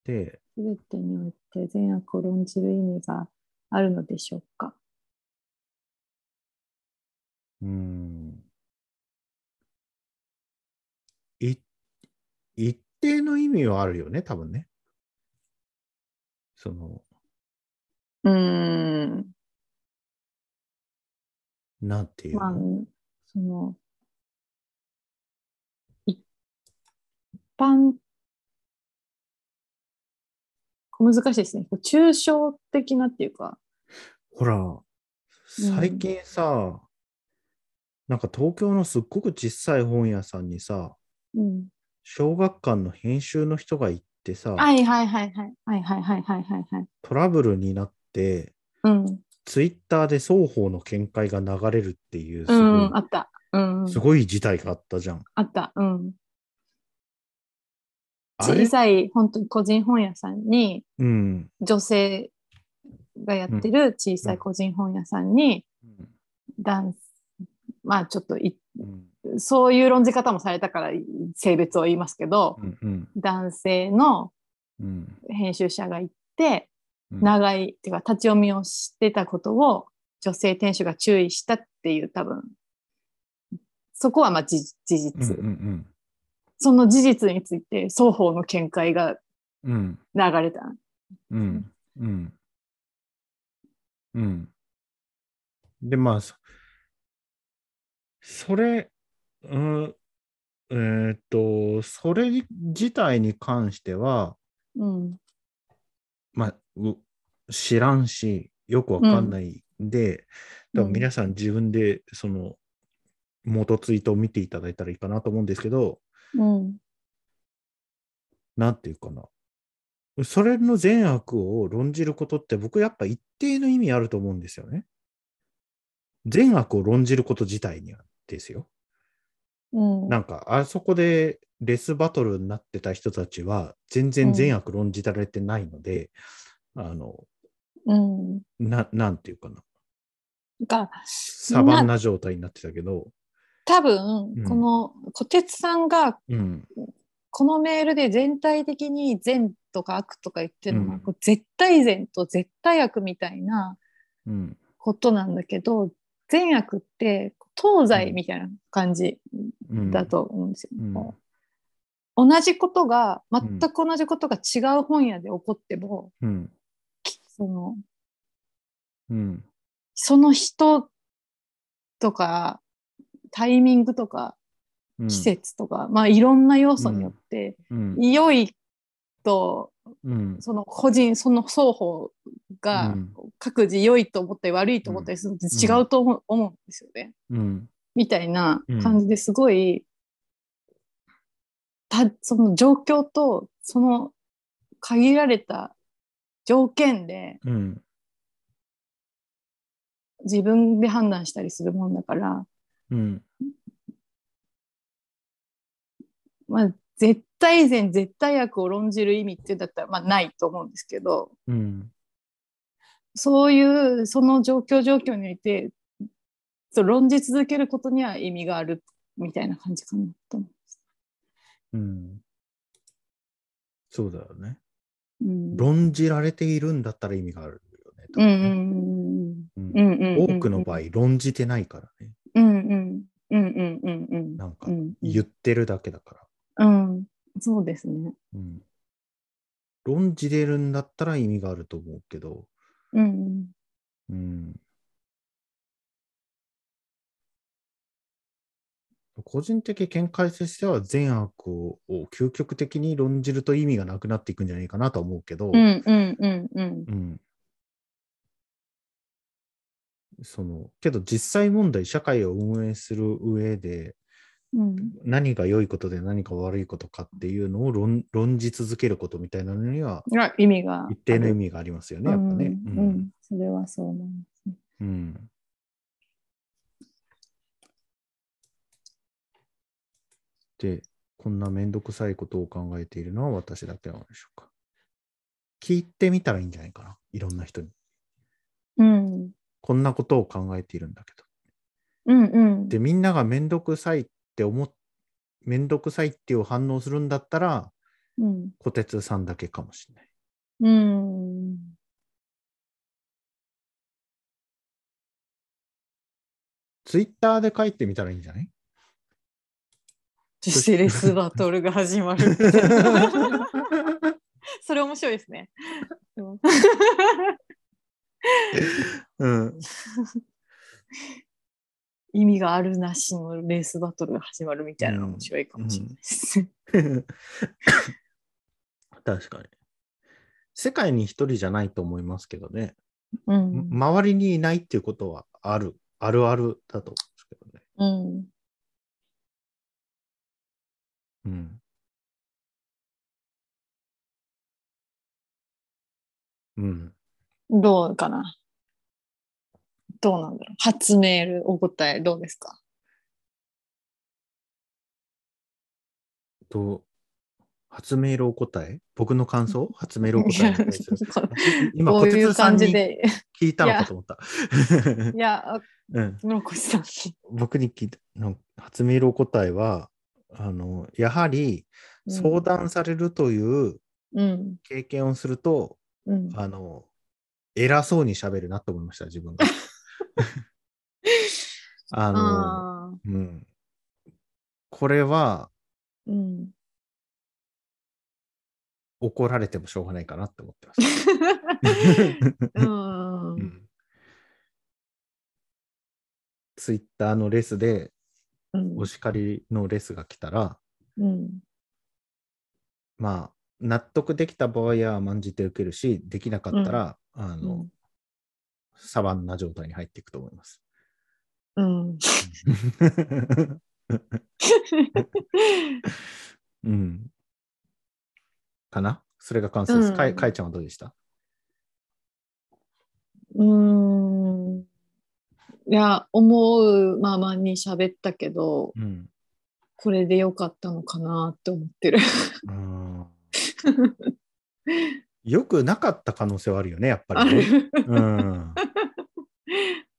B: で、
C: すべてにおいて善悪を論じる意味があるのでしょうか。
B: うん。い、一定の意味はあるよね、多分ね。その、
C: うん。
B: なんていう
C: まあ
B: の、、
C: その、一般、小難しいですね。こう抽象的なっていうか、
B: ほら、最近さ、なんか東京のすっごく小さい本屋さんにさ、
C: うん。
B: 小学館の編集の人が行ってさ、
C: はいはいはいはい。はいはいはいはいはいはい。
B: トラブルになって、
C: うん。
B: ツイッターで双方の見解が流れるっていう、す
C: う
B: ごい、
C: ん、あった。うん。
B: すごい事態があったじゃん。
C: あった。うん。
B: あれ
C: 小さい、本当に個人本屋さんに、
B: うん。
C: 女性がやってる小さい個人本屋さんに、男、まあちょっとい
B: うん
C: そういう論じ方もされたから性別を言いますけど、
B: うんうん
C: 男性の
B: うん
C: 編集者が行って
B: うん
C: 長いっていうか立ち読みをしてたことを女性店主が注意したっていう多分そこはまあ事
B: う
C: 事
B: ん
C: 実、
B: うん
C: その事実について双方の見解が
B: うん
C: 流れた
B: うんうんうんでまあそそれうんえーっとそれ自体に関しては
C: うん
B: まあう知らんしよくわかんないんで、
C: うん
B: 多分皆さん自分でその元ツイートを見ていただいたらいいかなと思うんですけど、
C: うん
B: なんていうかな。それの善悪を論じることって僕やっぱ一定の意味あると思うんですよね。善悪を論じること自体にはですよ。
C: うん
B: なんかあそこでレスバトルになってた人たちは全然善悪論じられてないので、あの、
C: うん
B: ななんていうかな。
C: だから
B: サバンナ状態になってたけど。
C: 多分
B: うん
C: この小鉄さんが
B: うん。
C: このメールで全体的に善とか悪とか言ってるのは、
B: うん
C: こう絶対善と絶対悪みたいな
B: うん。
C: ことなんだけど善悪って東西みたいな感じ
B: うん
C: だ。と思うんですよ、
B: うん。
C: 同じことが全く同じことが違う本屋で起こっても、
B: うん。
C: その
B: うん。
C: その人とかタイミングとか
B: うん
C: 季。節とか、まあいろんな要素によって、
B: うん。
C: 良いと
B: うん。
C: その個人その双方
B: う
C: が
B: ん
C: 各自良いと思ったり悪いと思ったりするのって違うと思う思うんですよね、
B: うん。
C: みたいな感じですごい、たその状況とその限られた条件で
B: うん。
C: 自分で判断したりするもんだから、
B: うん。
C: まあ、絶対善絶対悪を論じる意味っていうんだったら、まあ、ないと思うんですけど
B: うん。
C: そういうその状況状況においてそう論じ続けることには意味があるみたいな感じかなと思
B: うん。そうだよね。
C: う。うん、
B: 論じられているんだったら意味があるよね。と
C: う
B: か
C: ん
B: ね、
C: うんうんうんうんうん
B: 多くの場合論じてないからね
C: うんうんうんうんうんうん
B: なんか
C: うん
B: 言ってるだけだから、
C: うんそうですね
B: うん、論じれるんだったら意味があると思うけど、
C: うん
B: うん、個人的見解としては善悪をを究極的に論じると意味がなくなっていくんじゃないかなとは思うけど、
C: うんうんうんうん
B: うんそのけど実際問題社会を運営する上で
C: うん
B: 何が良いことで何が悪いことかっていうのを論論じ続けることみたいなのには
C: が意味がある
B: 一定の意味がありますよねやっぱね。
C: うんうんそれはそう思いますね
B: うんうんでこんな面倒くさいことを考えているのは私だけなのでしょうか。聞いてみたらいいんじゃないかないろんな人に。
C: うん
B: こんなことを考えているんだけど。
C: うんうん
B: でみんなが面倒くさいって思っ面倒くさいっていう反応するんだったら
C: うん
B: 小鉄さんだけかもしれない。
C: うん
B: ツイッターで書いてみたらいいんじゃない
C: 女子レスバトルが始まるそれ面白いですね
B: うん、
C: 意味があるなしのレースバトルが始まるみたいなの面白いかもしれないですね、
B: 確かに。世界に一人じゃないと思いますけどね、
C: うん
B: 周りにいないっていうことはある、あるあるだと思うんです
C: うん
B: けどね。うん。うん。
C: どうかなどうなんだろう初メールお答えどうですか
B: と、初メールお答え僕の感想初メールお答えに対 する今、
C: こ
B: 小
C: ういう
B: 鉄さん
C: 感じ
B: に
C: で
B: 聞いたのかと思った。
C: いや
B: うん、
C: 室越さん
B: 僕に聞いたの初メールお答えはあの、やはり相談されるという
C: うん
B: 経験をすると、
C: うん
B: あの偉そうに喋るなと思いました、自 分が。あの
C: ああ
B: うん、これは
C: うん
B: 怒られてもしょうがないかなって思ってます。
C: うん
B: ツイッターのレスで
C: うん
B: お叱りのレスが来たら、
C: うん
B: まあ、納得できた場合は甘んじて受けるし、できなかったら、あの、サバンナ状態に入っていくと思い ます。
C: うん
B: うん。かなそれが感想です。
C: うん
B: かいかいちゃんはどうでした
C: うーんいや思うままに喋ったけど
B: うん。
C: これでよかったのかなって思ってる。
B: うん よくなかった可能性はあるよね、やっぱ
C: あ
B: り、ね。
C: る
B: うん。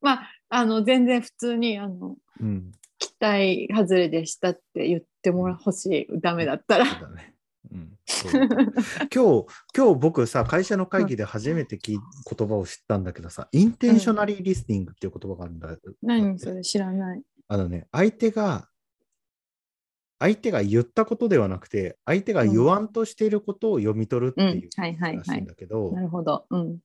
C: まああの全然普通にあの
B: うん。
C: 期待外れでしたって言ってもらほしいダメだった
B: そう
C: ら。
B: だね。うん、そうだ ね今日、今日僕さ、会社の会議で初めて聞い言葉を知ったんだけどさ、インテンショナリーリスニングっていう言葉があるんだ。
C: 何それ知らない。
B: あのね、相手が、相手が言ったことではなくて、相手が言わんとしていることを読み取るって
C: う
B: い
C: ん
B: う
C: はいはい
B: らし
C: はい
B: ん
C: い。
B: だけど、
C: なるほど。うん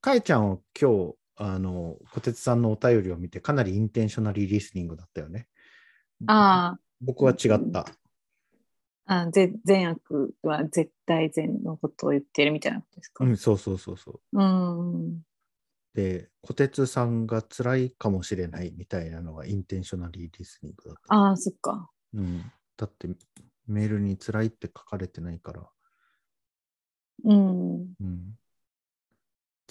B: かえちゃんは今日、あの、小鉄さんのお便りを見て、かなりインテンショナリーリスニングだったよね。
C: あ
B: 僕は違った。
C: ああぜ善悪は絶対善のことを言ってるみたいなことですか。
B: うん、そうそうそうそう。
C: うん
B: で、小鉄さんが辛いかもしれないみたいなのがインテンショナリーリスニングだった。
C: ああそっか。
B: うん、だって、メールに辛いって書かれてないから。
C: うん
B: うん。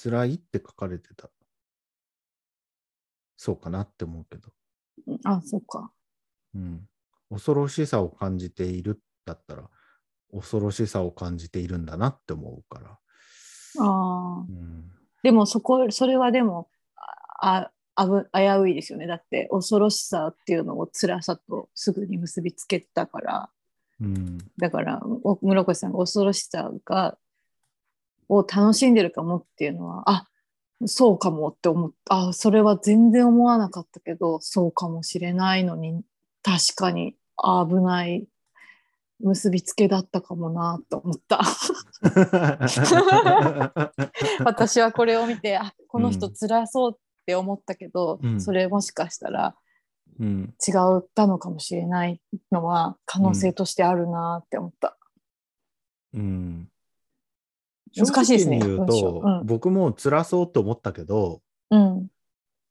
B: 辛いって書かれてた。そうかなって思うけど。
C: あそっか。
B: うん。恐ろしさを感じているだったら、恐ろしさを感じているんだなって思うから。
C: ああ
B: うん。
C: でもそこそれはでもああ危危ういですよねだって恐ろしさっていうのを辛さとすぐに結びつけたから
B: うん。
C: だからお室越さんが恐ろしさがを楽しんでるかもっていうのはあそうかもって思ったあそれは全然思わなかったけどそうかもしれないのに確かに危ない結びつけだったかもなと思った 私はこれを見てあこの人辛そうって思ったけど、
B: うん
C: それもしかしたら
B: うん、
C: 違ったのかもしれないのは可能性としてあるなって思った、
B: うん、
C: 難しいですね
B: 正直に言う
C: 文章
B: と、
C: うん
B: 僕も辛そうと思ったけど
C: うん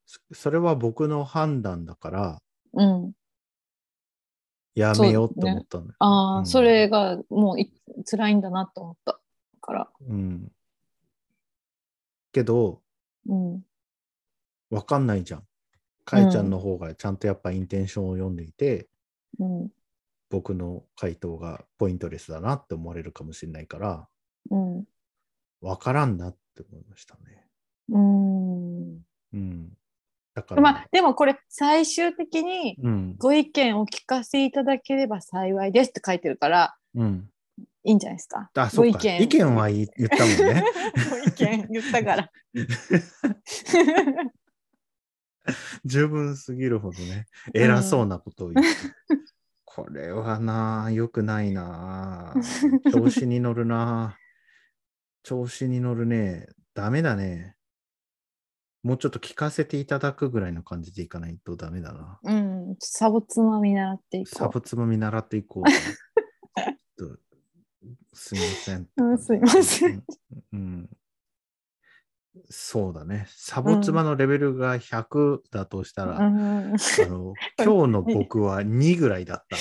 B: そそれは僕の判断だから
C: うん
B: やめようって思ったんだよ、
C: ああ、
B: うん
C: それがもうい辛いんだなと思ったから
B: うん、けど
C: うん
B: わかんないじゃんかえちゃんの方がちゃんとやっぱインテンションを読んでいて、
C: うん
B: 僕の回答がポイントレスだなって思われるかもしれないから
C: うん
B: わからんなって思いましたね。
C: うん
B: うん、だから、
C: まあでもこれ最終的に
B: うん
C: ご意見をお聞かせいただければ幸いですって書いてるから
B: うん、
C: いいんじゃないですか。
B: あそ
C: ご
B: っ
C: 意
B: か
C: 見
B: 意見は言い言ったもんね。
C: ご意見言った から。
B: 十分すぎるほどね偉そうなことを 言って、これはな良くない な調子に乗るな調子に乗るねダメだねもうちょっと聞かせていただくぐらいの感じでいかないとダメだな
C: うん、サボつま見習ってい
B: サ
C: こ
B: ブつま見習っていこうちょっとすいません
C: うんすいません、
B: うんうんそうだねサボつまのレベルが100だとした
C: う。
B: ら、
C: うん、
B: あの今日の僕は2ぐらいだった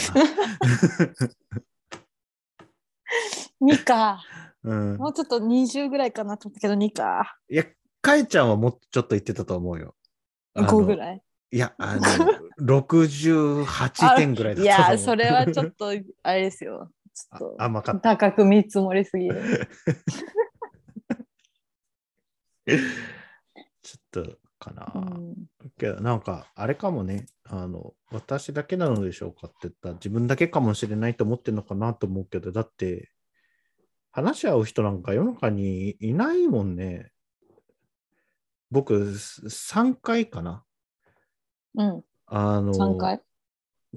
C: 2か。
B: な。うん、
C: もうちょっと20ぐらいかなと思ったけど2か。
B: いや、かえちゃんはもっとちょっと言ってたと思うよ。あの
C: 5ぐらい。
B: いや、 あの、68点ぐらいだ
C: い
B: ったと思う。
C: や、それはちょっとあれですよ。ちょっ
B: あ甘か
C: と
B: っ
C: 高く見積もりすぎる。
B: た。ちょっとかな。
C: うん
B: けど、なんか、あれかもね、あの、私だけなのでしょうかって言ったら、自分だけかもしれないと思ってるのかなと思うけど、だって、話し合う人なんか世の中にいないもんね。僕、3回かな。
C: うん、
B: あの、
C: 3回。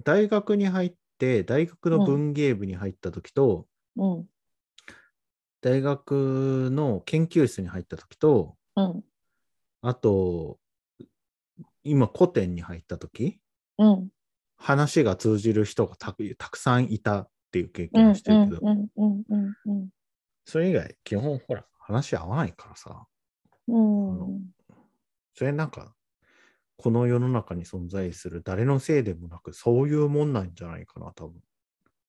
B: 大学に入って、大学の文芸部に入った時と、
C: うん、
B: 大学の研究室に入った時と、
C: うん、
B: あと、今、古典に入った時
C: うん、
B: 話が通じる人がたくたくさんいたっていう経
C: うん、う
B: 験
C: ん、
B: をしてるけど、
C: うん、うん、うん、うん
B: それ以外、基本、ほら、話合わないからさ、
C: うん。
B: それなんか、この世の中に存在する誰のせいでもなく、そういうもんなんじゃないかな、多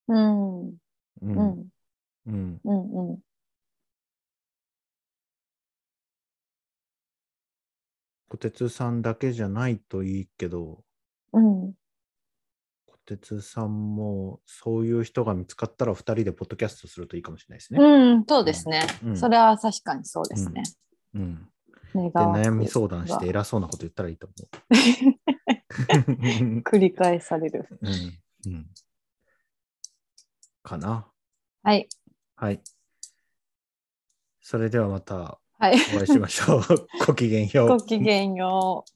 B: 分。
C: うん、う
B: う。
C: ん、うんん、
B: うん。
C: うん。
B: 小鉄さんだけじゃないといいけど、
C: う
B: 小
C: ん
B: 鉄さんも、そういう人が見つかったら、2人でポッドキャストするといいかもしれないですね。
C: うん、そうですね。
B: うん
C: それは確かにそうですね。
B: うん。
C: 願
B: で、
C: わく
B: 悩み相談して、偉そうなこと言ったらいいと思う。
C: 繰り返される。
B: うんうんかな。
C: はい。
B: はい。それではまた
C: はい。
B: お会いしましょう。ごきげんよう
C: ご。きげんよう。